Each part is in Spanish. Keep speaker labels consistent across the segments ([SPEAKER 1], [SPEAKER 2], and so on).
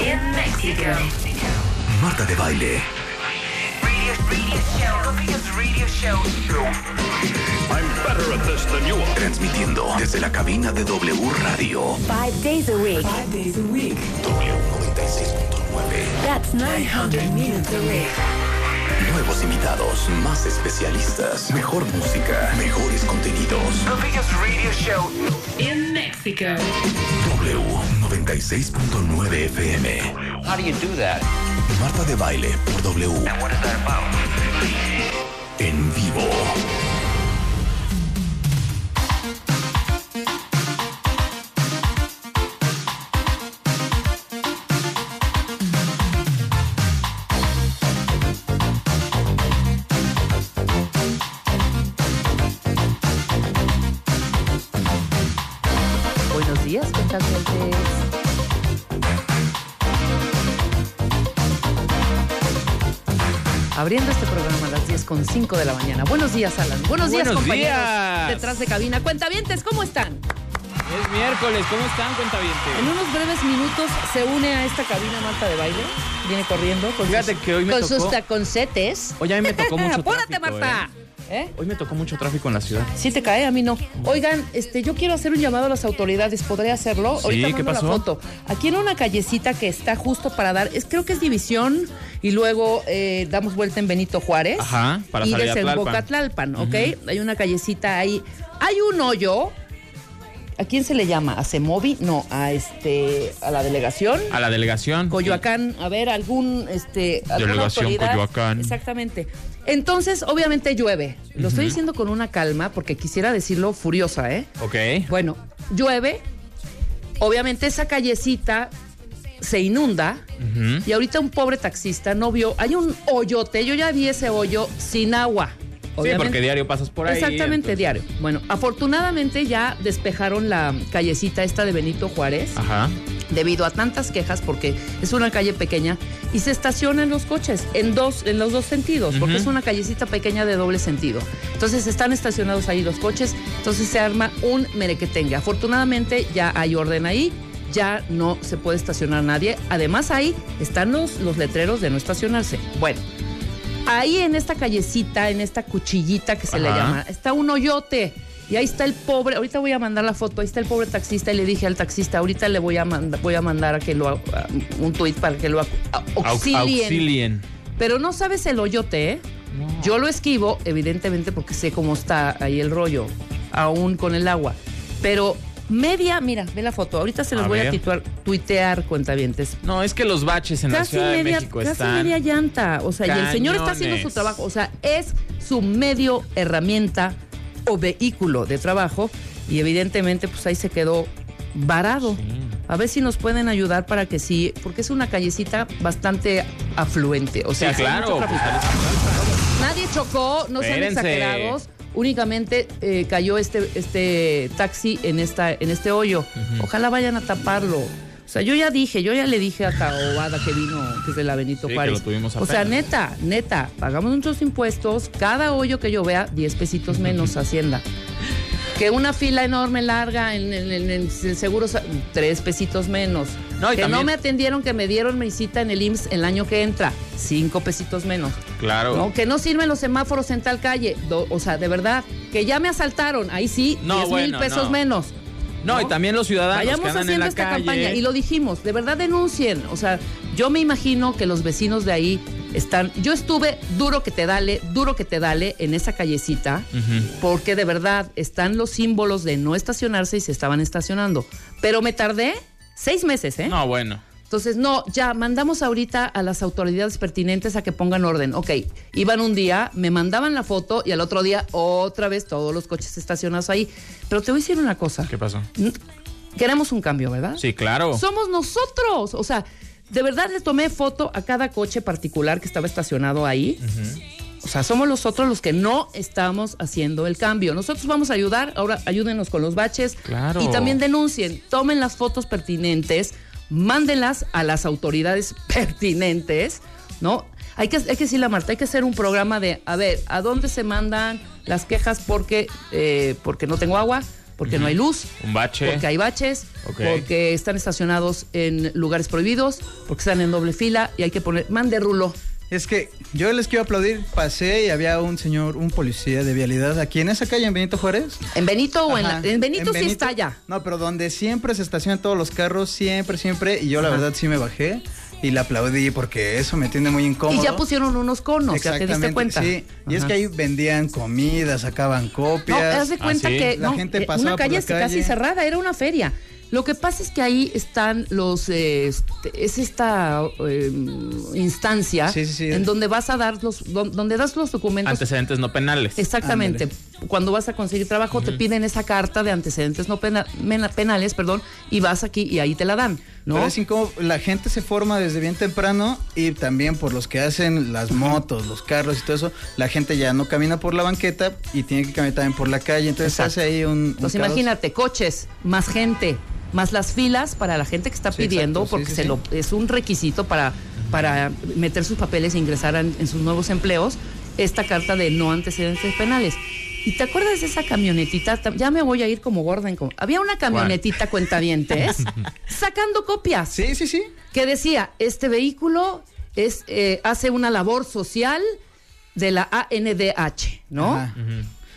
[SPEAKER 1] in Mexico.
[SPEAKER 2] Marta de baile.
[SPEAKER 1] Radio, radio show, the biggest radio show.
[SPEAKER 3] I'm better at this than you are.
[SPEAKER 2] Transmitiendo desde la cabina de W Radio.
[SPEAKER 4] Five days a week.
[SPEAKER 5] Five days a week.
[SPEAKER 2] W96.9.
[SPEAKER 4] That's 900 minutes a week.
[SPEAKER 2] Nuevos invitados, más especialistas, mejor música, mejores contenidos.
[SPEAKER 1] The biggest radio show in Mexico.
[SPEAKER 2] W96.9 FM.
[SPEAKER 6] How do you do that?
[SPEAKER 2] Marta de baile por W.
[SPEAKER 6] What is that about?
[SPEAKER 2] En vivo.
[SPEAKER 7] Buenos días, cuentavientes. Abriendo este programa a las 10 con cinco de la mañana. Buenos días, Alan. Buenos días,
[SPEAKER 8] Buenos
[SPEAKER 7] compañeros.
[SPEAKER 8] días.
[SPEAKER 7] Detrás de cabina. Cuentavientes, ¿cómo están?
[SPEAKER 8] Es miércoles, ¿cómo están,
[SPEAKER 7] En
[SPEAKER 8] cuentavientes?
[SPEAKER 7] unos breves minutos se une a esta cabina Marta de baile. Viene corriendo con
[SPEAKER 8] Fíjate
[SPEAKER 7] sus,
[SPEAKER 8] que hoy me
[SPEAKER 7] con
[SPEAKER 8] tocó-
[SPEAKER 7] sus taconcetes.
[SPEAKER 8] Hoy a mí me tocó mucho
[SPEAKER 7] Apúrate,
[SPEAKER 8] tráfico,
[SPEAKER 7] Marta. ¿Eh?
[SPEAKER 8] Hoy me tocó mucho tráfico en la ciudad.
[SPEAKER 7] Sí te cae, a mí no. Oigan, este, yo quiero hacer un llamado a las autoridades. ¿Podré hacerlo?
[SPEAKER 8] Sí,
[SPEAKER 7] Ahorita
[SPEAKER 8] ¿qué
[SPEAKER 7] mando
[SPEAKER 8] pasó?
[SPEAKER 7] la foto. Aquí en una callecita que está justo para dar, es, creo que es División, y luego eh, damos vuelta en Benito Juárez.
[SPEAKER 8] Ajá, para
[SPEAKER 7] y
[SPEAKER 8] salir a Tlalpan.
[SPEAKER 7] desemboca a Tlalpan, ¿ok? Hay una callecita ahí. Hay un hoyo. ¿A quién se le llama? ¿A Semovi? No, a este, a la delegación.
[SPEAKER 8] A la delegación.
[SPEAKER 7] Coyoacán, a ver, algún este alguna
[SPEAKER 8] Delegación
[SPEAKER 7] autoridad.
[SPEAKER 8] Coyoacán.
[SPEAKER 7] Exactamente. Entonces, obviamente llueve. Lo estoy diciendo con una calma porque quisiera decirlo furiosa, ¿eh?
[SPEAKER 8] Ok.
[SPEAKER 7] Bueno, llueve. Obviamente esa callecita se inunda
[SPEAKER 8] Ujú.
[SPEAKER 7] y ahorita un pobre taxista no vio, hay un hoyote, yo ya vi ese hoyo sin agua.
[SPEAKER 8] Sí,
[SPEAKER 7] obviamente.
[SPEAKER 8] porque diario pasas por ahí.
[SPEAKER 7] Exactamente,
[SPEAKER 8] entonces-
[SPEAKER 7] diario. Bueno, afortunadamente ya despejaron la callecita esta de Benito Juárez
[SPEAKER 8] Ajá.
[SPEAKER 7] debido a tantas quejas porque es una calle pequeña y se estacionan los coches en dos en los dos sentidos porque
[SPEAKER 8] Ujú.
[SPEAKER 7] es una callecita pequeña de doble sentido entonces están estacionados ahí los coches entonces se arma un merequetengue afortunadamente ya hay orden ahí ya no se puede estacionar nadie además ahí están los, los letreros de no estacionarse bueno ahí en esta callecita, en esta cuchillita que se le
[SPEAKER 8] Ajá.
[SPEAKER 7] llama, está un hoyote. Y ahí está el pobre, ahorita voy a mandar la foto, ahí está el pobre taxista y le dije al taxista, ahorita le voy a mandar, voy a mandar a que lo a- a- un tuit para que lo a- a-
[SPEAKER 8] Au-
[SPEAKER 7] auxilien.
[SPEAKER 8] Auxilien.
[SPEAKER 7] Pero no sabes el hoyote, ¿eh?
[SPEAKER 8] No.
[SPEAKER 7] Yo lo esquivo, evidentemente, porque sé cómo está ahí el rollo, aún con el agua. Pero media, mira, ve la foto, ahorita se los
[SPEAKER 8] A
[SPEAKER 7] voy a
[SPEAKER 8] ver.
[SPEAKER 7] tituar, tuitear, cuentavientes
[SPEAKER 8] No, es que los baches en la
[SPEAKER 7] casi
[SPEAKER 8] Ciudad
[SPEAKER 7] media,
[SPEAKER 8] de México
[SPEAKER 7] casi
[SPEAKER 8] están.
[SPEAKER 7] media llanta. O sea, y el señor está haciendo su
[SPEAKER 8] Cañones.
[SPEAKER 7] trabajo. O sea, es su medio, herramienta o vehículo de trabajo. Y evidentemente, pues ahí se quedó varado. A ver si nos pueden ayudar para que sí, porque es una callecita bastante afluente. O
[SPEAKER 8] O sea,
[SPEAKER 7] sea, sí hay
[SPEAKER 8] claro.
[SPEAKER 7] mucho tráfico.
[SPEAKER 8] pues, sales-
[SPEAKER 7] Nadie chocó, no
[SPEAKER 8] Espérense.
[SPEAKER 7] sean exagerados. Únicamente eh, cayó este, este taxi en, esta, en este hoyo. Ojalá vayan a taparlo. O sea, yo ya dije, yo ya le dije a Taobada que vino desde la Benito
[SPEAKER 8] Sí, que
[SPEAKER 7] Juárez.
[SPEAKER 8] lo tuvimos
[SPEAKER 7] o sea,
[SPEAKER 8] apenas.
[SPEAKER 7] neta, neta, pagamos nuestros impuestos. Cada hoyo que yo vea, 10 pesitos menos Hacienda. Que una fila enorme, larga, en, en- en- en el seguro, sa- tres pesitos menos.
[SPEAKER 8] No, y
[SPEAKER 7] que no
[SPEAKER 8] también-
[SPEAKER 7] me atendieron, que me dieron mi cita en el IMSS el año que entra, cinco pesitos menos.
[SPEAKER 8] Claro.
[SPEAKER 7] No, que no sirven los semáforos en tal calle. Do- o sea, de verdad, que ya me asaltaron. Ahí sí,
[SPEAKER 8] No,
[SPEAKER 7] 10 mil
[SPEAKER 8] bueno,
[SPEAKER 7] pesos
[SPEAKER 8] no.
[SPEAKER 7] menos.
[SPEAKER 8] No, y
[SPEAKER 7] ¿no?
[SPEAKER 8] también los ciudadanos que
[SPEAKER 7] Vayamos
[SPEAKER 8] andan en
[SPEAKER 7] haciendo
[SPEAKER 8] la
[SPEAKER 7] esta
[SPEAKER 8] calle.
[SPEAKER 7] campaña y lo dijimos, de verdad denuncien. O sea, yo me imagino que los vecinos de ahí están. Yo estuve duro que te dale, duro que te dale en esa callecita,
[SPEAKER 8] Ujú.
[SPEAKER 7] porque de verdad están los símbolos de no estacionarse y se estaban estacionando. Pero me tardé seis meses, ¿eh?
[SPEAKER 8] No, bueno.
[SPEAKER 7] Entonces, no, ya mandamos ahorita a las autoridades pertinentes a que pongan orden. Ok, iban un día, me mandaban la foto y al otro día otra vez todos los coches estacionados ahí. Pero te voy a decir una cosa.
[SPEAKER 8] ¿Qué pasó?
[SPEAKER 7] Queremos un cambio, ¿verdad?
[SPEAKER 8] Sí, claro.
[SPEAKER 7] Somos nosotros. O sea, de verdad le tomé foto a cada coche particular que estaba estacionado ahí. O sea, somos nosotros los que no estamos haciendo el cambio. Nosotros vamos a ayudar, ahora ayúdenos con los baches.
[SPEAKER 8] Claro.
[SPEAKER 7] Y también denuncien, tomen las fotos pertinentes, mándenlas a las autoridades pertinentes, ¿no? Hay que, hay que decirle a Marta, hay que hacer un programa de, a ver, ¿a dónde se mandan las quejas porque, eh, porque no tengo agua? porque no hay luz,
[SPEAKER 8] Un bache.
[SPEAKER 7] porque hay baches,
[SPEAKER 8] Ok.
[SPEAKER 7] porque están estacionados en lugares prohibidos, porque están en doble fila y hay que poner. Mande rulo.
[SPEAKER 5] Es que yo les quiero aplaudir. Pasé y había un señor, un policía de vialidad aquí en esa calle, en Benito Juárez.
[SPEAKER 7] ¿En Benito o en,
[SPEAKER 5] Ajá.
[SPEAKER 7] la- en Benito sí
[SPEAKER 5] Benito-
[SPEAKER 7] está ya?
[SPEAKER 5] No, pero donde siempre se estacionan todos los carros, siempre, siempre. Y yo la
[SPEAKER 7] Ajá.
[SPEAKER 5] verdad sí me bajé y la aplaudí porque eso me tiene muy incómodo.
[SPEAKER 7] Y ya pusieron unos conos, ya te diste
[SPEAKER 5] Exactamente,
[SPEAKER 7] cuenta.
[SPEAKER 5] Sí, y es
[SPEAKER 7] Ajá.
[SPEAKER 5] que ahí vendían comida, sacaban
[SPEAKER 7] No,
[SPEAKER 5] copias.
[SPEAKER 7] haz de cuenta
[SPEAKER 8] Ah, sí.
[SPEAKER 7] que
[SPEAKER 5] La
[SPEAKER 7] no,
[SPEAKER 5] gente
[SPEAKER 7] eh,
[SPEAKER 5] pasaba
[SPEAKER 7] una
[SPEAKER 5] por
[SPEAKER 7] calle,
[SPEAKER 5] la
[SPEAKER 7] es casi
[SPEAKER 5] calle.
[SPEAKER 7] cerrada, era una feria. Lo que pasa es que ahí están los. eh, este, es esta eh, instancia
[SPEAKER 5] Sí, sí, sí.
[SPEAKER 7] en donde vas a dar los. don- donde das los documentos.
[SPEAKER 8] Antecedentes no penales.
[SPEAKER 7] Exactamente. Cuando vas a conseguir trabajo, te piden esa carta de antecedentes no pena- mena- penales, perdón, y vas aquí y ahí te la dan, ¿no?
[SPEAKER 5] Pero es incómodo, la gente se forma desde bien temprano y también por los que hacen las motos, los carros y todo eso, la gente ya no camina por la banqueta y tiene que caminar también por la calle, entonces
[SPEAKER 7] Exacto.
[SPEAKER 5] hace ahí un... un
[SPEAKER 7] Entonces
[SPEAKER 5] caos.
[SPEAKER 7] imagínate, coches, más gente, más las filas para la gente que está
[SPEAKER 5] Sí,
[SPEAKER 7] pidiendo,
[SPEAKER 5] exacto, sí,
[SPEAKER 7] porque
[SPEAKER 5] sí,
[SPEAKER 7] se
[SPEAKER 5] sí.
[SPEAKER 7] lo es un requisito para, para meter sus papeles e ingresar en, en sus nuevos empleos, esta carta de no antecedentes penales. ¿Y te acuerdas de esa camionetita? Tam- Ya me voy a ir como Gordon. como- Había una camionetita cuentavientes sacando copias
[SPEAKER 5] Sí, sí, sí.
[SPEAKER 7] que decía, este vehículo es, eh, hace una labor social de la ANDH, ¿no?
[SPEAKER 5] Ajá.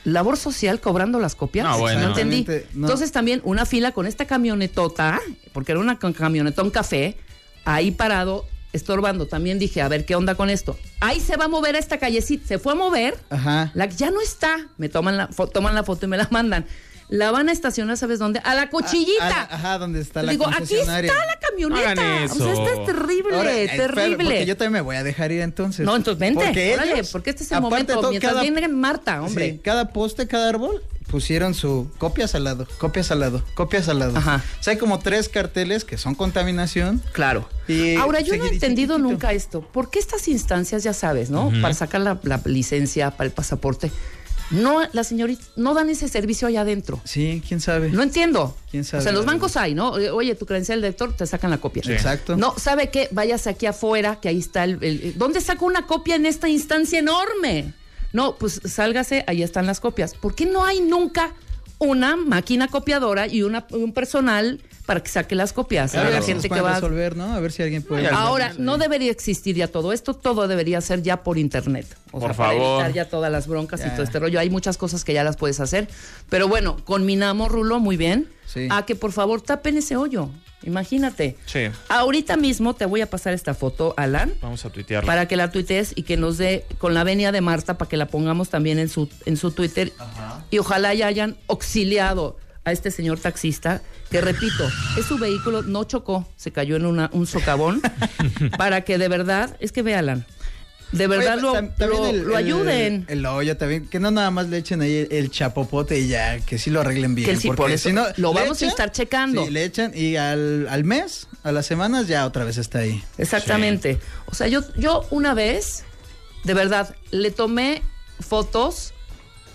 [SPEAKER 7] Labor social cobrando las copias.
[SPEAKER 8] No,
[SPEAKER 7] No,
[SPEAKER 8] bueno.
[SPEAKER 7] entendí.
[SPEAKER 5] Exactamente, no.
[SPEAKER 7] Entonces también una fila con esta camionetota, porque era una ca- camionetón café, ahí parado, estorbando. También dije, a ver, ¿qué onda con esto? Ahí se va a mover a esta callecita. Se fue a mover.
[SPEAKER 5] Ajá.
[SPEAKER 7] La que ya no está. Me toman la, fo- toman la foto y me la mandan. La van a estacionar, ¿sabes dónde? A la
[SPEAKER 5] Ah, A-
[SPEAKER 7] cochillita.
[SPEAKER 5] a la- ajá, donde está la
[SPEAKER 7] Digo, aquí está
[SPEAKER 5] concesionaria.
[SPEAKER 7] la camioneta.
[SPEAKER 8] Hagan
[SPEAKER 7] O sea,
[SPEAKER 8] eso.
[SPEAKER 7] esta es terrible,
[SPEAKER 5] Ahora, eh, espera,
[SPEAKER 7] terrible.
[SPEAKER 5] porque yo también me voy a dejar ir entonces.
[SPEAKER 7] No, entonces vente,
[SPEAKER 5] Porque
[SPEAKER 7] órale,
[SPEAKER 5] ellos,
[SPEAKER 7] porque este es el
[SPEAKER 5] aparte
[SPEAKER 7] momento,
[SPEAKER 5] de todo,
[SPEAKER 7] mientras
[SPEAKER 5] cada-
[SPEAKER 7] viene Marta, Ah, hombre.
[SPEAKER 5] Sí, cada poste, cada árbol, pusieron su copias al lado, copias al lado, copias al lado.
[SPEAKER 7] Ajá.
[SPEAKER 5] O sea, hay como tres carteles que son contaminación.
[SPEAKER 7] Claro.
[SPEAKER 5] Y
[SPEAKER 7] Ahora, yo no he
[SPEAKER 5] seguidito,
[SPEAKER 7] entendido
[SPEAKER 5] Eh, chiquito.
[SPEAKER 7] nunca esto. ¿Por qué estas instancias, ya sabes, ¿no? Para sacar la, la licencia, para el pasaporte, no, las señoritas no dan ese servicio allá adentro.
[SPEAKER 5] Sí, quién sabe.
[SPEAKER 7] No entiendo.
[SPEAKER 5] ¿Quién sabe,
[SPEAKER 7] O sea, en los
[SPEAKER 5] la
[SPEAKER 7] bancos hay, ¿no? Eh, Oye, tu credencial de lector, te sacan la copia.
[SPEAKER 5] Exacto.
[SPEAKER 7] No, ¿sabe qué? Váyase aquí afuera, que ahí está el, el- ¿Dónde saco una copia en esta instancia enorme? No, pues sálgase, ahí están las copias. ¿Por qué no hay nunca una máquina copiadora y una, un personal para que saque las copias?
[SPEAKER 5] A ver
[SPEAKER 7] Sabe La
[SPEAKER 5] si nos
[SPEAKER 7] gente que
[SPEAKER 5] pueden
[SPEAKER 7] va...
[SPEAKER 5] resolver, ¿no? A ver si alguien puede.
[SPEAKER 7] Ahora, no debería existir ya todo esto, todo debería ser ya por internet. O
[SPEAKER 8] Por
[SPEAKER 7] sea, para
[SPEAKER 8] favor.
[SPEAKER 7] evitar ya todas las broncas y
[SPEAKER 5] Ya.
[SPEAKER 7] todo este rollo. Hay muchas cosas que ya las puedes hacer. Pero bueno, conminamos, Rulo, muy bien,
[SPEAKER 5] Sí.
[SPEAKER 7] a que por favor tapen ese hoyo. Imagínate.
[SPEAKER 8] Sí.
[SPEAKER 7] Ahorita mismo te voy a pasar esta foto, Alan,
[SPEAKER 8] Vamos a tuitearlo.
[SPEAKER 7] para que la tuitees y que nos dé con la venia de Marta para que la pongamos también en su, en su Twitter. Y ojalá ya hayan auxiliado a este señor taxista, que repito, es su vehículo, no chocó, se cayó en una, un socavón, para que de verdad, es que véalan, de verdad
[SPEAKER 5] Oye,
[SPEAKER 7] lo,
[SPEAKER 5] tam- también
[SPEAKER 7] lo-
[SPEAKER 5] el-
[SPEAKER 7] lo
[SPEAKER 5] el-
[SPEAKER 7] ayuden.
[SPEAKER 5] El, hoyo también, que no nada más le echen ahí el, el chapopote y ya, que sí lo arreglen bien.
[SPEAKER 7] Que sí, por eso lo
[SPEAKER 5] le
[SPEAKER 7] vamos a estar checando.
[SPEAKER 5] Sí, le echan y al, al mes, a las semanas, ya otra vez está ahí.
[SPEAKER 7] Exactamente. O sea, yo, yo una vez, de verdad, le tomé fotos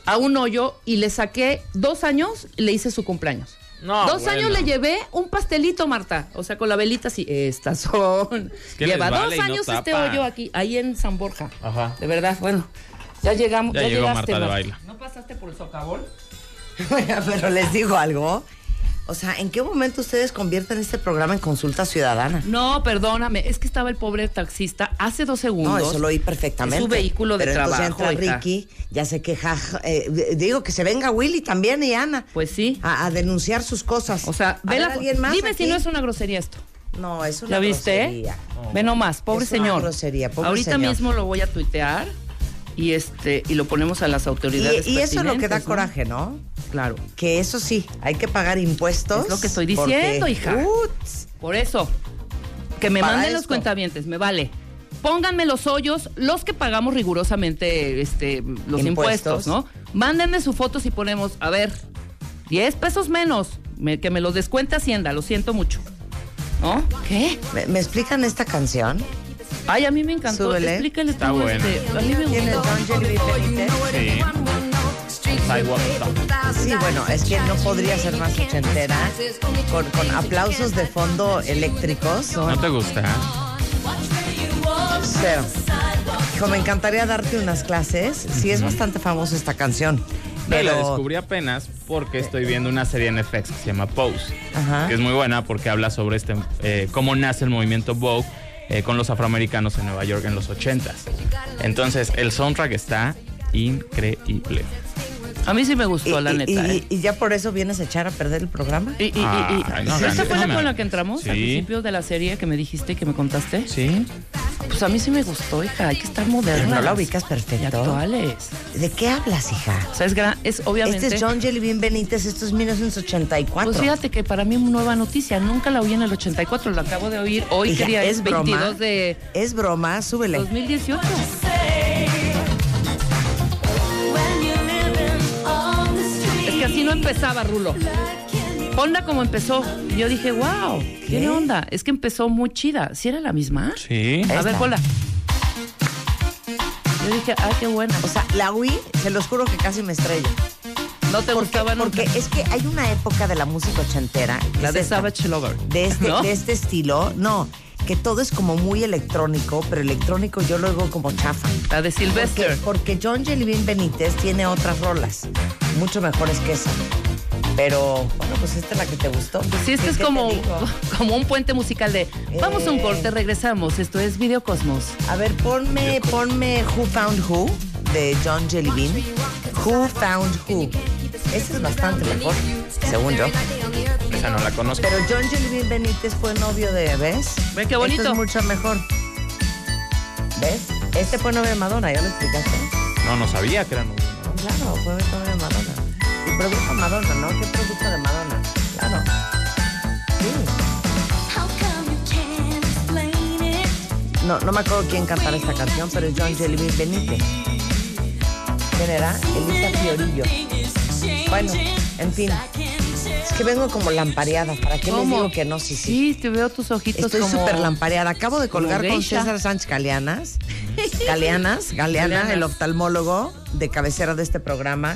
[SPEAKER 7] a un hoyo y le saqué dos años y le hice su cumpleaños.
[SPEAKER 8] No,
[SPEAKER 7] dos
[SPEAKER 8] Ah, bueno.
[SPEAKER 7] años le llevé un pastelito, Marta. O sea, con la velita así. Estas son.
[SPEAKER 8] que
[SPEAKER 7] Lleva
[SPEAKER 8] les vale
[SPEAKER 7] dos
[SPEAKER 8] y no
[SPEAKER 7] años este
[SPEAKER 8] tapan.
[SPEAKER 7] hoyo aquí, ahí en San Borja.
[SPEAKER 8] Ajá.
[SPEAKER 7] De verdad, bueno. Ya llegamos.
[SPEAKER 8] Ya
[SPEAKER 7] Ya,
[SPEAKER 8] llegó
[SPEAKER 7] llegaste,
[SPEAKER 8] Marta de baile.
[SPEAKER 7] ¿No pasaste por el socavón?
[SPEAKER 4] Oiga, pero les digo algo. O sea, ¿en qué momento ustedes convierten este programa en consulta ciudadana?
[SPEAKER 7] No, perdóname. Es que estaba el pobre taxista hace dos segundos.
[SPEAKER 4] No, eso lo oí perfectamente.
[SPEAKER 7] Es su vehículo de
[SPEAKER 4] Pero
[SPEAKER 7] trabajo.
[SPEAKER 4] Entonces entra
[SPEAKER 7] hija.
[SPEAKER 4] Ricky, ya se queja. eh, digo que se venga Willy también y Ana.
[SPEAKER 7] Pues sí.
[SPEAKER 4] A, a denunciar sus cosas.
[SPEAKER 7] O sea,
[SPEAKER 4] A
[SPEAKER 7] ve
[SPEAKER 4] ver,
[SPEAKER 7] la-
[SPEAKER 4] ¿alguien más
[SPEAKER 7] dime si
[SPEAKER 4] aquí?
[SPEAKER 7] no es una grosería esto.
[SPEAKER 4] No, es una
[SPEAKER 7] ¿Ya viste?
[SPEAKER 4] grosería.
[SPEAKER 7] Ve nomás, pobre
[SPEAKER 4] Es una
[SPEAKER 7] señor.
[SPEAKER 4] grosería, pobre
[SPEAKER 7] Ahorita
[SPEAKER 4] señor.
[SPEAKER 7] mismo lo voy a tuitear y este y lo ponemos a las autoridades.
[SPEAKER 4] Y, y eso es lo que da
[SPEAKER 7] pertinentes, ¿no?
[SPEAKER 4] coraje, ¿no?
[SPEAKER 7] Claro.
[SPEAKER 4] Que eso sí, hay que pagar impuestos.
[SPEAKER 7] Es lo que estoy diciendo,
[SPEAKER 4] porque-
[SPEAKER 7] hija.
[SPEAKER 4] Uts.
[SPEAKER 7] Por eso, que me
[SPEAKER 4] Para
[SPEAKER 7] manden los
[SPEAKER 4] esto.
[SPEAKER 7] cuentavientes, me vale. Pónganme los hoyos, los que pagamos rigurosamente este, los impuestos.
[SPEAKER 4] Impuestos.
[SPEAKER 7] ¿no? Mándenme sus fotos y ponemos, a ver, 10 pesos menos, me- que me los descuente Hacienda, lo siento mucho. ¿No? ¿Qué?
[SPEAKER 4] ¿Me, me explican esta canción?
[SPEAKER 7] Ay, a mí me encantó.
[SPEAKER 4] Súbele.
[SPEAKER 7] Explícale
[SPEAKER 8] Está
[SPEAKER 7] todo
[SPEAKER 8] buena.
[SPEAKER 7] este. A mí me
[SPEAKER 4] ¿Quién es
[SPEAKER 7] gustó.
[SPEAKER 4] Don Jeremy Benítez?
[SPEAKER 8] Sí. Sidewalk Stop.
[SPEAKER 4] Sí, bueno, es que no podría ser más ochentera. Con, con aplausos de fondo eléctricos.
[SPEAKER 8] ¿No te gusta? ah?
[SPEAKER 4] Cero. Hijo, me encantaría darte unas clases. Sí, es bastante famosa esta canción.
[SPEAKER 8] No, la
[SPEAKER 4] Pero-
[SPEAKER 8] descubrí apenas porque estoy viendo una serie en FX que se llama Pose,
[SPEAKER 4] Ajá.
[SPEAKER 8] que es muy buena porque habla sobre este eh, cómo nace el movimiento Vogue eh, con los afroamericanos en Nueva York en los 80s. Entonces, el soundtrack está increíble.
[SPEAKER 7] A mí sí me
[SPEAKER 4] Y,
[SPEAKER 7] gustó, la
[SPEAKER 4] y-
[SPEAKER 7] neta.
[SPEAKER 4] y-
[SPEAKER 7] ¿eh?
[SPEAKER 4] y ya por eso vienes a echar a perder el programa.
[SPEAKER 7] Y- y- y- y-
[SPEAKER 8] Ay,
[SPEAKER 7] ¿Esta
[SPEAKER 8] no,
[SPEAKER 7] fue la
[SPEAKER 8] grandísima.
[SPEAKER 7] con la que entramos al
[SPEAKER 8] Sí.
[SPEAKER 7] principio de la serie que me dijiste y que me contaste?
[SPEAKER 8] Sí.
[SPEAKER 7] Pues a mí sí me gustó, hija. Hay que estar
[SPEAKER 4] Pero
[SPEAKER 7] moderna.
[SPEAKER 4] no la ubicas
[SPEAKER 7] Y
[SPEAKER 4] perfecto.
[SPEAKER 7] actuales.
[SPEAKER 4] ¿De qué hablas, hija?
[SPEAKER 7] O sea, es, gra- es obviamente...
[SPEAKER 4] Este es John Jellybean Benítez, esto es 1984.
[SPEAKER 7] Pues fíjate que para mí es nueva noticia. Nunca la oí en el 84. Lo acabo de oír hoy,
[SPEAKER 4] Hija,
[SPEAKER 7] que día es
[SPEAKER 4] es broma.
[SPEAKER 7] 22 de
[SPEAKER 4] Es broma, súbele.
[SPEAKER 7] 2018. Es que así no empezaba, Rulo. Ponla como empezó. Yo dije, wow, ¿qué,
[SPEAKER 4] ¿Qué?
[SPEAKER 7] onda? Es que empezó muy chida. ¿Sí era la misma?
[SPEAKER 8] Sí.
[SPEAKER 7] A ver,
[SPEAKER 4] Esta.
[SPEAKER 7] ponla. Yo dije, ah, qué buena.
[SPEAKER 4] O sea, la oí, se los juro que casi me estrello.
[SPEAKER 7] no te
[SPEAKER 4] Porque,
[SPEAKER 7] gustaba nunca.
[SPEAKER 4] porque es que hay una época de la música ochentera. que
[SPEAKER 7] La
[SPEAKER 4] es
[SPEAKER 7] de
[SPEAKER 4] esta,
[SPEAKER 7] Savage Lover.
[SPEAKER 4] De este,
[SPEAKER 7] ¿no?
[SPEAKER 4] de este estilo, no, que todo es como muy electrónico, pero electrónico yo lo oigo como chafa.
[SPEAKER 7] La de
[SPEAKER 4] Porque,
[SPEAKER 7] Sylvester.
[SPEAKER 4] porque John Jellybean Benítez tiene otras rolas, mucho mejores que esa. Pero, bueno, pues esta es la que te gustó.
[SPEAKER 7] Pues sí, este
[SPEAKER 4] ¿Qué-
[SPEAKER 7] es
[SPEAKER 4] qué te
[SPEAKER 7] como,
[SPEAKER 4] digo?
[SPEAKER 7] como un puente musical de vamos a un
[SPEAKER 4] Eh.
[SPEAKER 7] corte, regresamos. Esto es Video Cosmos.
[SPEAKER 4] A ver, ponme, ponme Who Found Who de John Jellybean. Who Found Who. Esta es bastante mejor, según yo.
[SPEAKER 8] Esa no la conozco.
[SPEAKER 4] Pero John Jellybean Benítez fue novio de, ¿ves?
[SPEAKER 7] Ve qué bonito.
[SPEAKER 4] Esto es mucho mejor. ¿Ves? Este fue novio de Madonna, ya lo explicaste.
[SPEAKER 8] No, no sabía que era novio.
[SPEAKER 4] Claro, fue novio de Madonna. Y producto Madonna, ¿no? ¿Qué producto de Madonna? Claro. Sí. No, no me acuerdo quién cantaba esta canción, pero es John Jellybean Benítez. ¿Quién era? Elisa Fiorillo. Bueno, en fin. Es que vengo como lampareada. ¿Para qué les digo que no? Sí, sí.
[SPEAKER 7] Sí, te veo tus ojitos
[SPEAKER 4] Estoy
[SPEAKER 7] como...
[SPEAKER 4] súper lampareada. Acabo de
[SPEAKER 7] como
[SPEAKER 4] colgar con
[SPEAKER 7] geisha.
[SPEAKER 4] César Sánchez Galeanas. Galeanas, Galeana,
[SPEAKER 7] Galeanas.
[SPEAKER 4] el oftalmólogo de cabecera de este programa.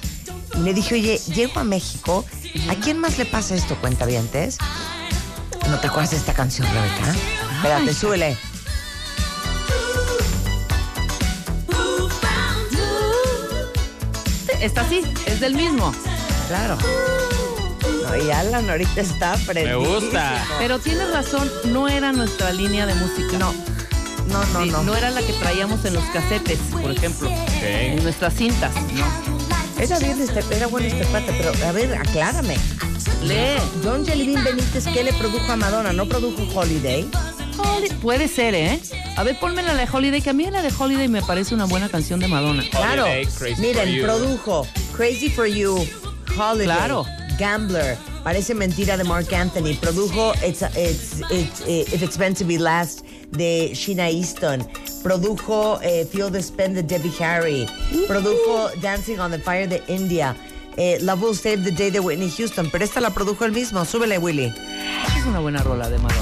[SPEAKER 4] Y le dije, oye, llego a México. ¿A quién más le pasa esto, cuentavientes? ¿No te acuerdas de esta canción, Rebeca? Espérate, súbele.
[SPEAKER 7] Está así, es del mismo.
[SPEAKER 4] Claro. No, y Alan ahorita está
[SPEAKER 8] Me
[SPEAKER 4] prendido.
[SPEAKER 8] gusta.
[SPEAKER 7] Pero tienes razón, no era nuestra línea de música.
[SPEAKER 4] No, no, no,
[SPEAKER 7] Sí,
[SPEAKER 4] no.
[SPEAKER 7] era la que traíamos en los casetes, por ejemplo. En
[SPEAKER 8] Ok.
[SPEAKER 7] nuestras cintas.
[SPEAKER 4] Era bien este, era bueno este pata, pero a ver, aclárame.
[SPEAKER 7] Lee.
[SPEAKER 4] John Jellybean Benítez, ¿qué le produjo a Madonna? ¿No produjo Holiday?
[SPEAKER 7] Holi- Puede ser, ¿eh? A ver, ponme la de Holiday, que a mí la de Holiday me parece una buena canción de Madonna.
[SPEAKER 4] Claro.
[SPEAKER 8] Holiday, Crazy
[SPEAKER 4] Miren,
[SPEAKER 8] for You.
[SPEAKER 4] produjo Crazy for You, Holiday,
[SPEAKER 7] Claro.
[SPEAKER 4] Gambler, Parece mentira de Mark Anthony, produjo It's, It's- It's- eh, If It's Meant to Be Last de Sheena Easton, produjo eh, Feel the Spin de Debbie Harry, produjo Dancing on the Fire de India. eh, Love Will Save the Day de Whitney Houston, pero esta la produjo él mismo. Súbele, Willy.
[SPEAKER 7] Es una buena rola de Madonna.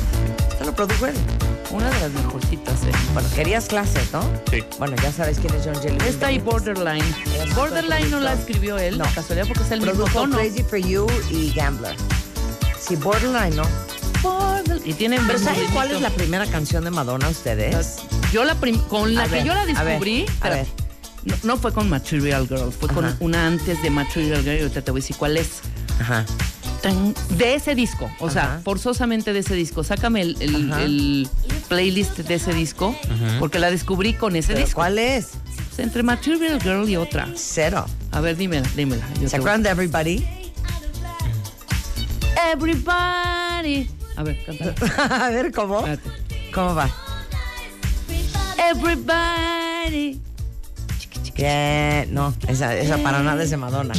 [SPEAKER 4] Esta la produjo él.
[SPEAKER 7] Una de las mejorcitas, ¿eh?
[SPEAKER 4] Bueno, querías clases, ¿no?
[SPEAKER 8] Sí.
[SPEAKER 4] Bueno, ya sabes quién es John Jelly.
[SPEAKER 7] Esta y Borderline. Borderline no la escribió él,
[SPEAKER 4] No.
[SPEAKER 7] no. casualidad, porque es el mismo
[SPEAKER 4] Produjo
[SPEAKER 7] tono.
[SPEAKER 4] Crazy for You y Gambler. Sí, Borderline, ¿no?
[SPEAKER 7] Border- Y tienen
[SPEAKER 4] Pero
[SPEAKER 7] mismo
[SPEAKER 4] ¿saben cuál es
[SPEAKER 7] ritmito.
[SPEAKER 4] la primera canción de Madonna ustedes?
[SPEAKER 7] Yo la prim- con la
[SPEAKER 4] A
[SPEAKER 7] que
[SPEAKER 4] ver,
[SPEAKER 7] yo la
[SPEAKER 4] a ver,
[SPEAKER 7] descubrí,
[SPEAKER 4] a
[SPEAKER 7] pero
[SPEAKER 4] ver.
[SPEAKER 7] No, no fue con Material Girl, fue
[SPEAKER 4] Ajá.
[SPEAKER 7] con una antes de Material Girl, y ahorita te voy a decir cuál es.
[SPEAKER 4] Ajá.
[SPEAKER 7] Tan- De ese disco, o sea,
[SPEAKER 4] Ajá.
[SPEAKER 7] forzosamente de ese disco. Sácame el, el-
[SPEAKER 4] Ajá.
[SPEAKER 7] el playlist de ese disco, porque la descubrí con ese
[SPEAKER 4] ¿Pero
[SPEAKER 7] disco.
[SPEAKER 4] ¿Cuál es?
[SPEAKER 7] Pues Entre Material Girl y otra.
[SPEAKER 4] Cero.
[SPEAKER 7] A ver, dímela, dímela. yo
[SPEAKER 4] ¿Se
[SPEAKER 7] te voy-
[SPEAKER 4] acuerdan de Everybody?
[SPEAKER 7] Everybody. A ver, cántala.
[SPEAKER 4] A ver, ¿cómo?
[SPEAKER 7] Espérate.
[SPEAKER 4] ¿Cómo va?
[SPEAKER 7] Everybody.
[SPEAKER 4] Bien. No, esa, esa para nada es de Madonna.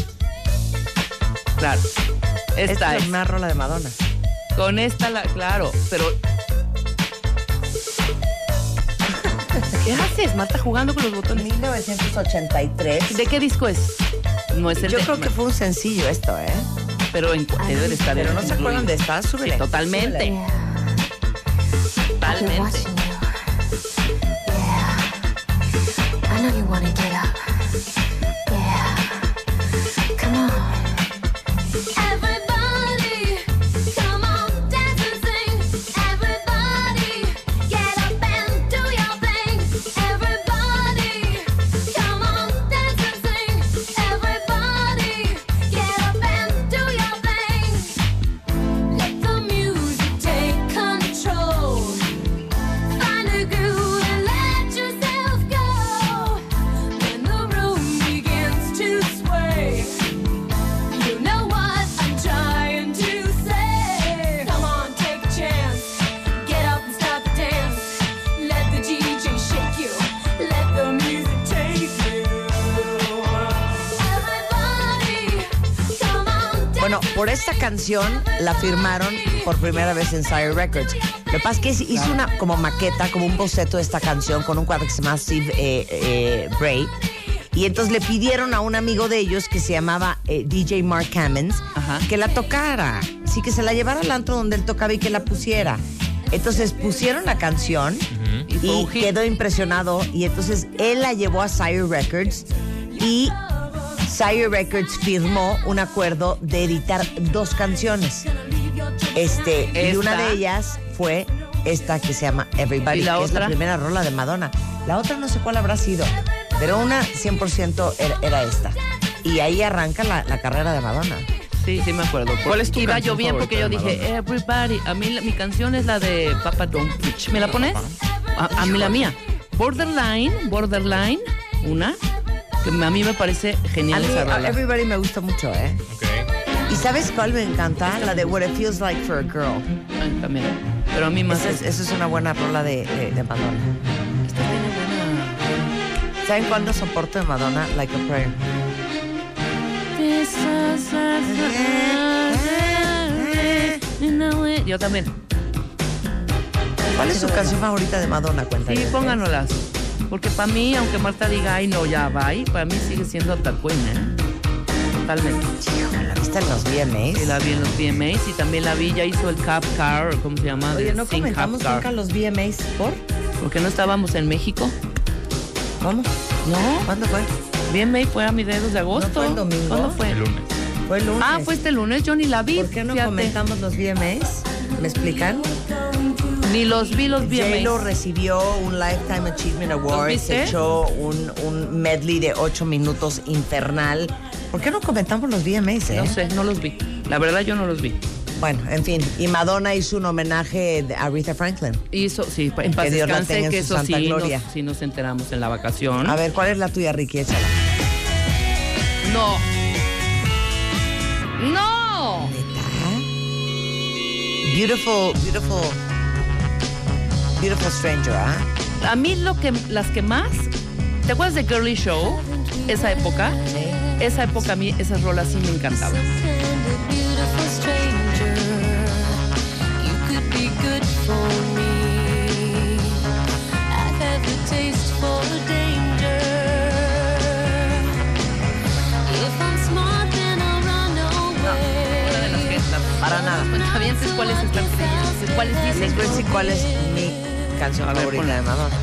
[SPEAKER 7] Claro.
[SPEAKER 4] Esta
[SPEAKER 7] Esta
[SPEAKER 4] es la
[SPEAKER 7] es.
[SPEAKER 4] primera rola de Madonna.
[SPEAKER 7] Con esta, la, claro, pero. ¿Qué haces, Marta, jugando con los botones?
[SPEAKER 4] 1983.
[SPEAKER 7] ¿De qué disco es? No es el
[SPEAKER 4] Yo
[SPEAKER 7] de
[SPEAKER 4] creo que fue un sencillo esto, ¿eh?
[SPEAKER 7] Pero en debe de estar
[SPEAKER 4] Pero
[SPEAKER 7] en-
[SPEAKER 4] no se acuerdan de esta, súbele.
[SPEAKER 7] Sí, totalmente.
[SPEAKER 4] súbele.
[SPEAKER 7] Totalmente.
[SPEAKER 9] Everybody, come on, dance and sing. Everybody,
[SPEAKER 4] Por esta canción la firmaron por primera vez en Sire Records. Lo que pasa es que hizo una como maqueta, como un boceto de esta canción con un cuadro que se llama Steve eh, eh, Bray. Y entonces le pidieron a un amigo de ellos que se llamaba eh, DJ Mark Hammons
[SPEAKER 7] Ajá.
[SPEAKER 4] que la tocara. Sí, que se la llevara al antro donde él tocaba y que la pusiera. Entonces pusieron la canción
[SPEAKER 7] Y fue
[SPEAKER 4] y
[SPEAKER 7] un hit.
[SPEAKER 4] quedó impresionado. Y entonces él la llevó a Sire Records y Sire Records firmó un acuerdo de editar dos canciones. Este, y
[SPEAKER 7] Esta.
[SPEAKER 4] una de ellas fue esta que se llama Everybody,
[SPEAKER 7] ¿Y la
[SPEAKER 4] que es la
[SPEAKER 7] otra?
[SPEAKER 4] primera rola de Madonna. La otra no sé cuál habrá sido, pero una 100% era, era esta. Y ahí arranca la, la carrera de Madonna.
[SPEAKER 7] Sí, sí me acuerdo.
[SPEAKER 8] ¿Cuál es tu
[SPEAKER 7] Iba
[SPEAKER 8] canción
[SPEAKER 7] yo bien porque yo
[SPEAKER 8] favorita de
[SPEAKER 7] dije, everybody, a mí la- mi canción es la de Papa Don't Preach. ¿Me la pones? A, a mí la mía. Borderline, Borderline, una, que a mí me parece
[SPEAKER 4] A
[SPEAKER 7] genial
[SPEAKER 4] mí,
[SPEAKER 7] esa
[SPEAKER 4] a
[SPEAKER 7] rola.
[SPEAKER 4] Everybody me gusta mucho, ¿eh? ¿Y sabes cuál me encanta? La de What It Feels Like for a Girl.
[SPEAKER 7] Ay, También. Pero a mí más
[SPEAKER 4] Esa es,
[SPEAKER 7] es-
[SPEAKER 4] esa es una buena rola de, de- de Madonna.
[SPEAKER 7] esta tiene buena-
[SPEAKER 4] ¿Saben cuál no soporto de Madonna? Like a Prayer.
[SPEAKER 7] Yo también.
[SPEAKER 4] ¿Cuál es su canción favorita de Madonna? Cuéntame.
[SPEAKER 7] Sí, pónganoslas. Porque para mí, aunque Marta diga, ay, no, ya va, y para mí sigue siendo Tal Queen, ¿eh? Totalmente.
[SPEAKER 4] ¿La viste en los VMAs?
[SPEAKER 7] Que la vi en los VMAs y también la vi, ya hizo el Cap Car, o ¿cómo se llama?
[SPEAKER 4] Oye,
[SPEAKER 7] De
[SPEAKER 4] no
[SPEAKER 7] Sing Cap
[SPEAKER 4] comentamos
[SPEAKER 7] Car.
[SPEAKER 4] nunca los VMAs. ¿Por?
[SPEAKER 7] Porque no estábamos en México.
[SPEAKER 4] ¿Cómo?
[SPEAKER 7] No,
[SPEAKER 4] ¿Cuándo fue?
[SPEAKER 7] VMA fue a mediados de agosto.
[SPEAKER 4] fue el domingo?
[SPEAKER 7] ¿Cuándo fue?
[SPEAKER 8] El lunes.
[SPEAKER 4] Fue el lunes.
[SPEAKER 7] Ah, fue este lunes, yo ni la vi.
[SPEAKER 4] ¿Por qué no
[SPEAKER 7] fíjate.
[SPEAKER 4] comentamos los VMAs? ¿Me explican?
[SPEAKER 7] Ni los vi los VMAs.
[SPEAKER 4] J-Lo recibió un Lifetime Achievement
[SPEAKER 7] ¿Los
[SPEAKER 4] Award,
[SPEAKER 7] viste?
[SPEAKER 4] se echó un, un medley de 8 minutos infernal. ¿Por qué no comentamos los VMAs, eh?
[SPEAKER 7] No sé, no los vi. La verdad yo no los vi.
[SPEAKER 4] Bueno, en fin. Y Madonna hizo un homenaje de- a Aretha Franklin.
[SPEAKER 7] Y eso, sí, en paz
[SPEAKER 4] Que Dios la
[SPEAKER 7] descanse,
[SPEAKER 4] tenga en
[SPEAKER 7] que
[SPEAKER 4] su
[SPEAKER 7] eso
[SPEAKER 4] santa
[SPEAKER 7] sí nos,
[SPEAKER 4] gloria.
[SPEAKER 7] sí nos enteramos en la vacación.
[SPEAKER 4] A ver, ¿cuál es la tuya, Ricky? Échala.
[SPEAKER 7] No. No.
[SPEAKER 4] Beautiful, beautiful, beautiful stranger, ¿ah?
[SPEAKER 7] A mí lo que las que más ¿Te acuerdas de Girly Show? Esa época. Esa época a mí esas rolas sí me encantaban. Una de las que la-
[SPEAKER 4] Para nada.
[SPEAKER 7] cuentavientes, ¿Cuáles están creyendo? ¿Cuáles
[SPEAKER 4] Les
[SPEAKER 7] dicen?
[SPEAKER 4] voy a decir cuál es mi canción
[SPEAKER 7] A ver,
[SPEAKER 4] favorita
[SPEAKER 7] ponla.
[SPEAKER 4] de Madonna.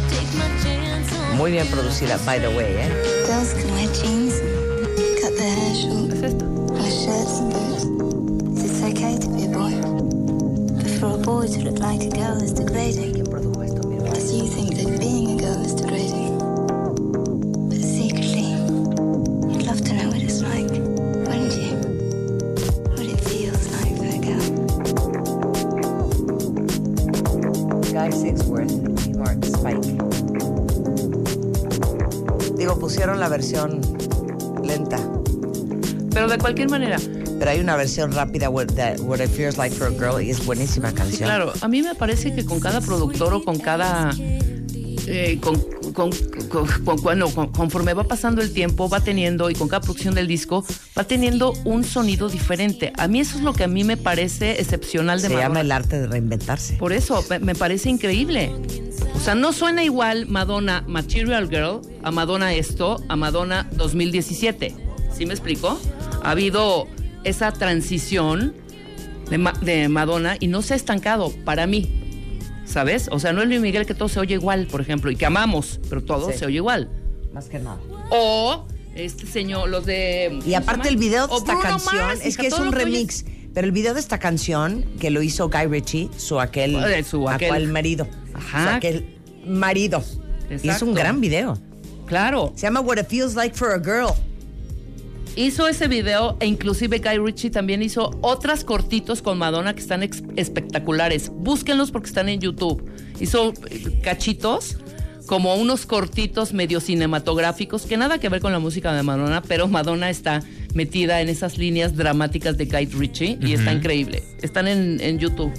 [SPEAKER 4] Muy bien producida, by the way, ¿eh?
[SPEAKER 9] Girls cut my jeans, cut their hair short,
[SPEAKER 7] Es esta.
[SPEAKER 9] my shirts and boots. It's okay to be a boy, but for a boy to look like a girl is degrading. As you think that being a girl is degrading, but secretly, you'd love to know what it's like, wouldn't you? What it feels like for a girl.
[SPEAKER 4] Guy Sixworth y Mark Spike. Digo, pusieron la versión lenta,
[SPEAKER 7] Pero de cualquier manera,
[SPEAKER 4] pero hay una versión rápida, What, that- What It Feels Like for a Girl, y es buenísima
[SPEAKER 7] sí,
[SPEAKER 4] canción.
[SPEAKER 7] claro, a mí me parece que con cada productor o con cada eh, con, con- con- con- bueno, con- conforme va pasando el tiempo, va teniendo, y con cada producción del disco, va teniendo un sonido diferente. A mí eso es lo que a mí me parece excepcional de
[SPEAKER 4] Se
[SPEAKER 7] Madonna.
[SPEAKER 4] llama El Arte de Reinventarse.
[SPEAKER 7] Por eso, me- me parece increíble. O sea, no suena igual Madonna Material Girl a Madonna esto, a Madonna 2017. ¿Sí me explico? Ha habido esa transición de, Ma- de Madonna y no se ha estancado para mí. ¿Sabes? O sea, no es Luis Miguel que todo se oye igual, por ejemplo, y que amamos, pero todo
[SPEAKER 4] Sí.
[SPEAKER 7] se oye igual.
[SPEAKER 4] Más que nada.
[SPEAKER 7] O este señor, los de. ¿cómo
[SPEAKER 4] Y
[SPEAKER 7] se
[SPEAKER 4] aparte
[SPEAKER 7] llama?
[SPEAKER 4] el video de
[SPEAKER 7] O
[SPEAKER 4] esta
[SPEAKER 7] Bruno
[SPEAKER 4] canción
[SPEAKER 7] Mars,
[SPEAKER 4] es
[SPEAKER 7] hija,
[SPEAKER 4] que es
[SPEAKER 7] todo
[SPEAKER 4] un
[SPEAKER 7] lo oyes-
[SPEAKER 4] remix, pero el video de esta canción que lo hizo Guy Ritchie, su aquel,
[SPEAKER 7] Eh, su aquel.
[SPEAKER 4] marido,
[SPEAKER 7] Ajá.
[SPEAKER 4] su aquel marido. Y es un
[SPEAKER 7] Exacto.
[SPEAKER 4] gran video.
[SPEAKER 7] Claro.
[SPEAKER 4] Se llama What It Feels Like for a Girl.
[SPEAKER 7] hizo ese video e inclusive Guy Ritchie también hizo otras cortitos con Madonna que están ex- espectaculares. Búsquenlos porque están en YouTube. Hizo eh, cachitos como unos cortitos medio cinematográficos que nada que ver con la música de Madonna, pero Madonna está metida en esas líneas dramáticas de Guy Ritchie y está increíble. Están en, en YouTube.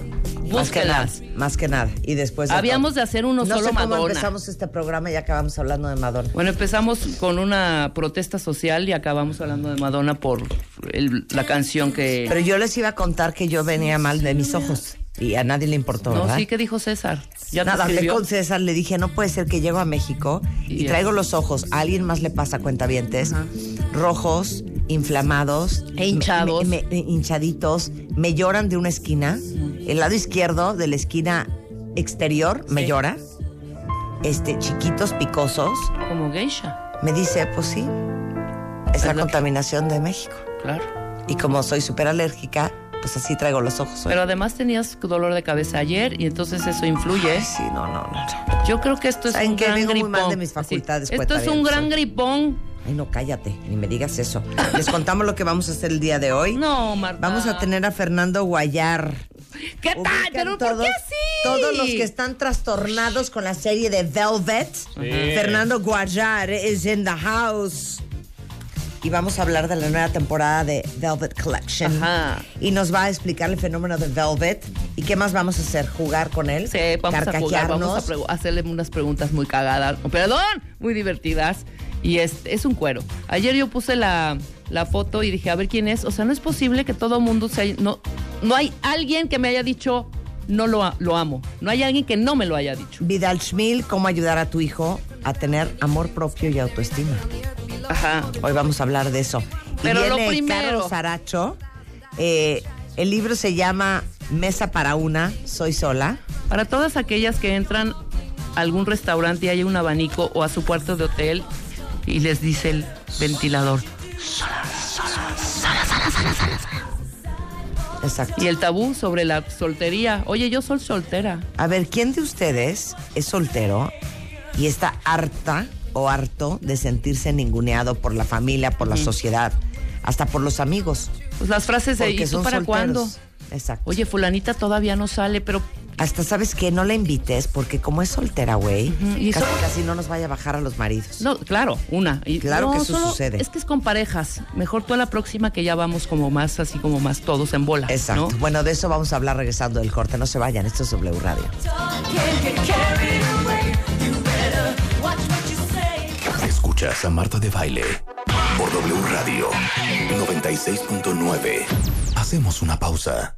[SPEAKER 4] Más que nada,
[SPEAKER 7] Búsquenlas.
[SPEAKER 4] más que nada. Y después de
[SPEAKER 7] Habíamos
[SPEAKER 4] todo.
[SPEAKER 7] de hacer uno
[SPEAKER 4] no
[SPEAKER 7] solo
[SPEAKER 4] sé cómo
[SPEAKER 7] Madonna. Pues,
[SPEAKER 4] empezamos este programa y acabamos hablando de Madonna.
[SPEAKER 7] Bueno, empezamos con una protesta social y acabamos hablando de Madonna por el- la canción que...
[SPEAKER 4] Pero yo les iba a contar que yo venía mal de mis ojos y a nadie le importó,
[SPEAKER 7] no,
[SPEAKER 4] ¿verdad?
[SPEAKER 7] sí que dijo César. Ya te
[SPEAKER 4] Nada, hablé
[SPEAKER 7] escribió?
[SPEAKER 4] con César, le dije, no puede ser que llego a México y
[SPEAKER 7] Y
[SPEAKER 4] traigo
[SPEAKER 7] es.
[SPEAKER 4] los ojos, a alguien más le pasa cuentavientes,
[SPEAKER 7] Ajá.
[SPEAKER 4] rojos, inflamados,
[SPEAKER 7] E hinchados.
[SPEAKER 4] me- me- me- hinchaditos, me lloran de una esquina, el lado izquierdo de la esquina exterior me llora, este, chiquitos, picosos,
[SPEAKER 7] Como geisha,
[SPEAKER 4] me dice, pues sí, es
[SPEAKER 7] Es
[SPEAKER 4] la
[SPEAKER 7] lo que-
[SPEAKER 4] contaminación de México.
[SPEAKER 7] claro.
[SPEAKER 4] Y como soy súper alérgica, pues así traigo los ojos. hoy.
[SPEAKER 7] Pero además tenías dolor de cabeza ayer y entonces eso influye.
[SPEAKER 4] Ay, sí, no, no, no.
[SPEAKER 7] Yo creo que esto es
[SPEAKER 4] ¿Saben
[SPEAKER 7] un
[SPEAKER 4] qué?
[SPEAKER 7] gran
[SPEAKER 4] Vengo muy
[SPEAKER 7] gripón.
[SPEAKER 4] mal de mis
[SPEAKER 7] Así,
[SPEAKER 4] facultades,
[SPEAKER 7] Esto es un
[SPEAKER 4] cuentavientes.
[SPEAKER 7] gran gripón.
[SPEAKER 4] Ay, no, cállate, ni me digas eso. Les contamos lo que vamos a hacer el día de hoy.
[SPEAKER 7] No, Marta.
[SPEAKER 4] Vamos a tener a Fernando Guayar.
[SPEAKER 7] ¿Qué tal?
[SPEAKER 4] Ubican
[SPEAKER 7] ¿Pero por qué así?
[SPEAKER 4] Todos los que están trastornados con la serie de Velvet. Fernando Guayar is in the house. Y vamos a hablar de la nueva temporada de Velvet Collection.
[SPEAKER 7] Ajá.
[SPEAKER 4] Y nos va a explicar el fenómeno de Velvet. ¿Y qué más vamos a hacer? ¿Jugar con él?
[SPEAKER 7] Sí, vamos a jugar, vamos a pregu- hacerle unas preguntas muy cagadas, oh, perdón, muy divertidas. Y es, es un cuero. Ayer yo puse la, la foto y dije, a ver quién es. O sea, no es posible que todo mundo se haya- No, no hay alguien que me haya dicho, no lo, a- lo amo. No hay alguien que no me lo haya dicho.
[SPEAKER 4] Vidal Schmil, cómo ayudar a tu hijo a tener amor propio y autoestima.
[SPEAKER 7] Ajá.
[SPEAKER 4] Hoy vamos a hablar de eso.
[SPEAKER 7] Pero
[SPEAKER 4] y
[SPEAKER 7] lo
[SPEAKER 4] viene
[SPEAKER 7] primero.
[SPEAKER 4] Carlos Aracho. Eh, el libro se llama Mesa para una, soy sola.
[SPEAKER 7] Para todas aquellas que entran a algún restaurante y hay un abanico o a su cuarto de hotel y les dice el ventilador.
[SPEAKER 4] Exacto.
[SPEAKER 7] Y el tabú sobre la soltería. Oye, yo soy soltera.
[SPEAKER 4] A ver, ¿quién de ustedes es soltero y está harta o harto de sentirse ninguneado por la familia, por la sociedad, hasta por los amigos?
[SPEAKER 7] Pues las frases de
[SPEAKER 4] Porque
[SPEAKER 7] ¿y tú
[SPEAKER 4] son
[SPEAKER 7] para
[SPEAKER 4] solteros.
[SPEAKER 7] cuándo?
[SPEAKER 4] Exacto.
[SPEAKER 7] Oye, fulanita todavía no sale, pero
[SPEAKER 4] Hasta sabes que no la invites porque como es soltera, güey,
[SPEAKER 7] Ujú, y
[SPEAKER 4] casi,
[SPEAKER 7] eso-
[SPEAKER 4] casi no nos vaya a bajar a los maridos.
[SPEAKER 7] no, claro, una. Y,
[SPEAKER 4] Claro que
[SPEAKER 7] no,
[SPEAKER 4] eso sucede.
[SPEAKER 7] Es que es con parejas. Mejor tú a la próxima que ya vamos como más, así como más todos en bola.
[SPEAKER 4] Exacto.
[SPEAKER 7] ¿no?
[SPEAKER 4] Bueno, de eso vamos a hablar regresando del corte. No se vayan, esto es W Radio.
[SPEAKER 2] Escuchas a Marta de Baile por W Radio 96.9. Hacemos una pausa.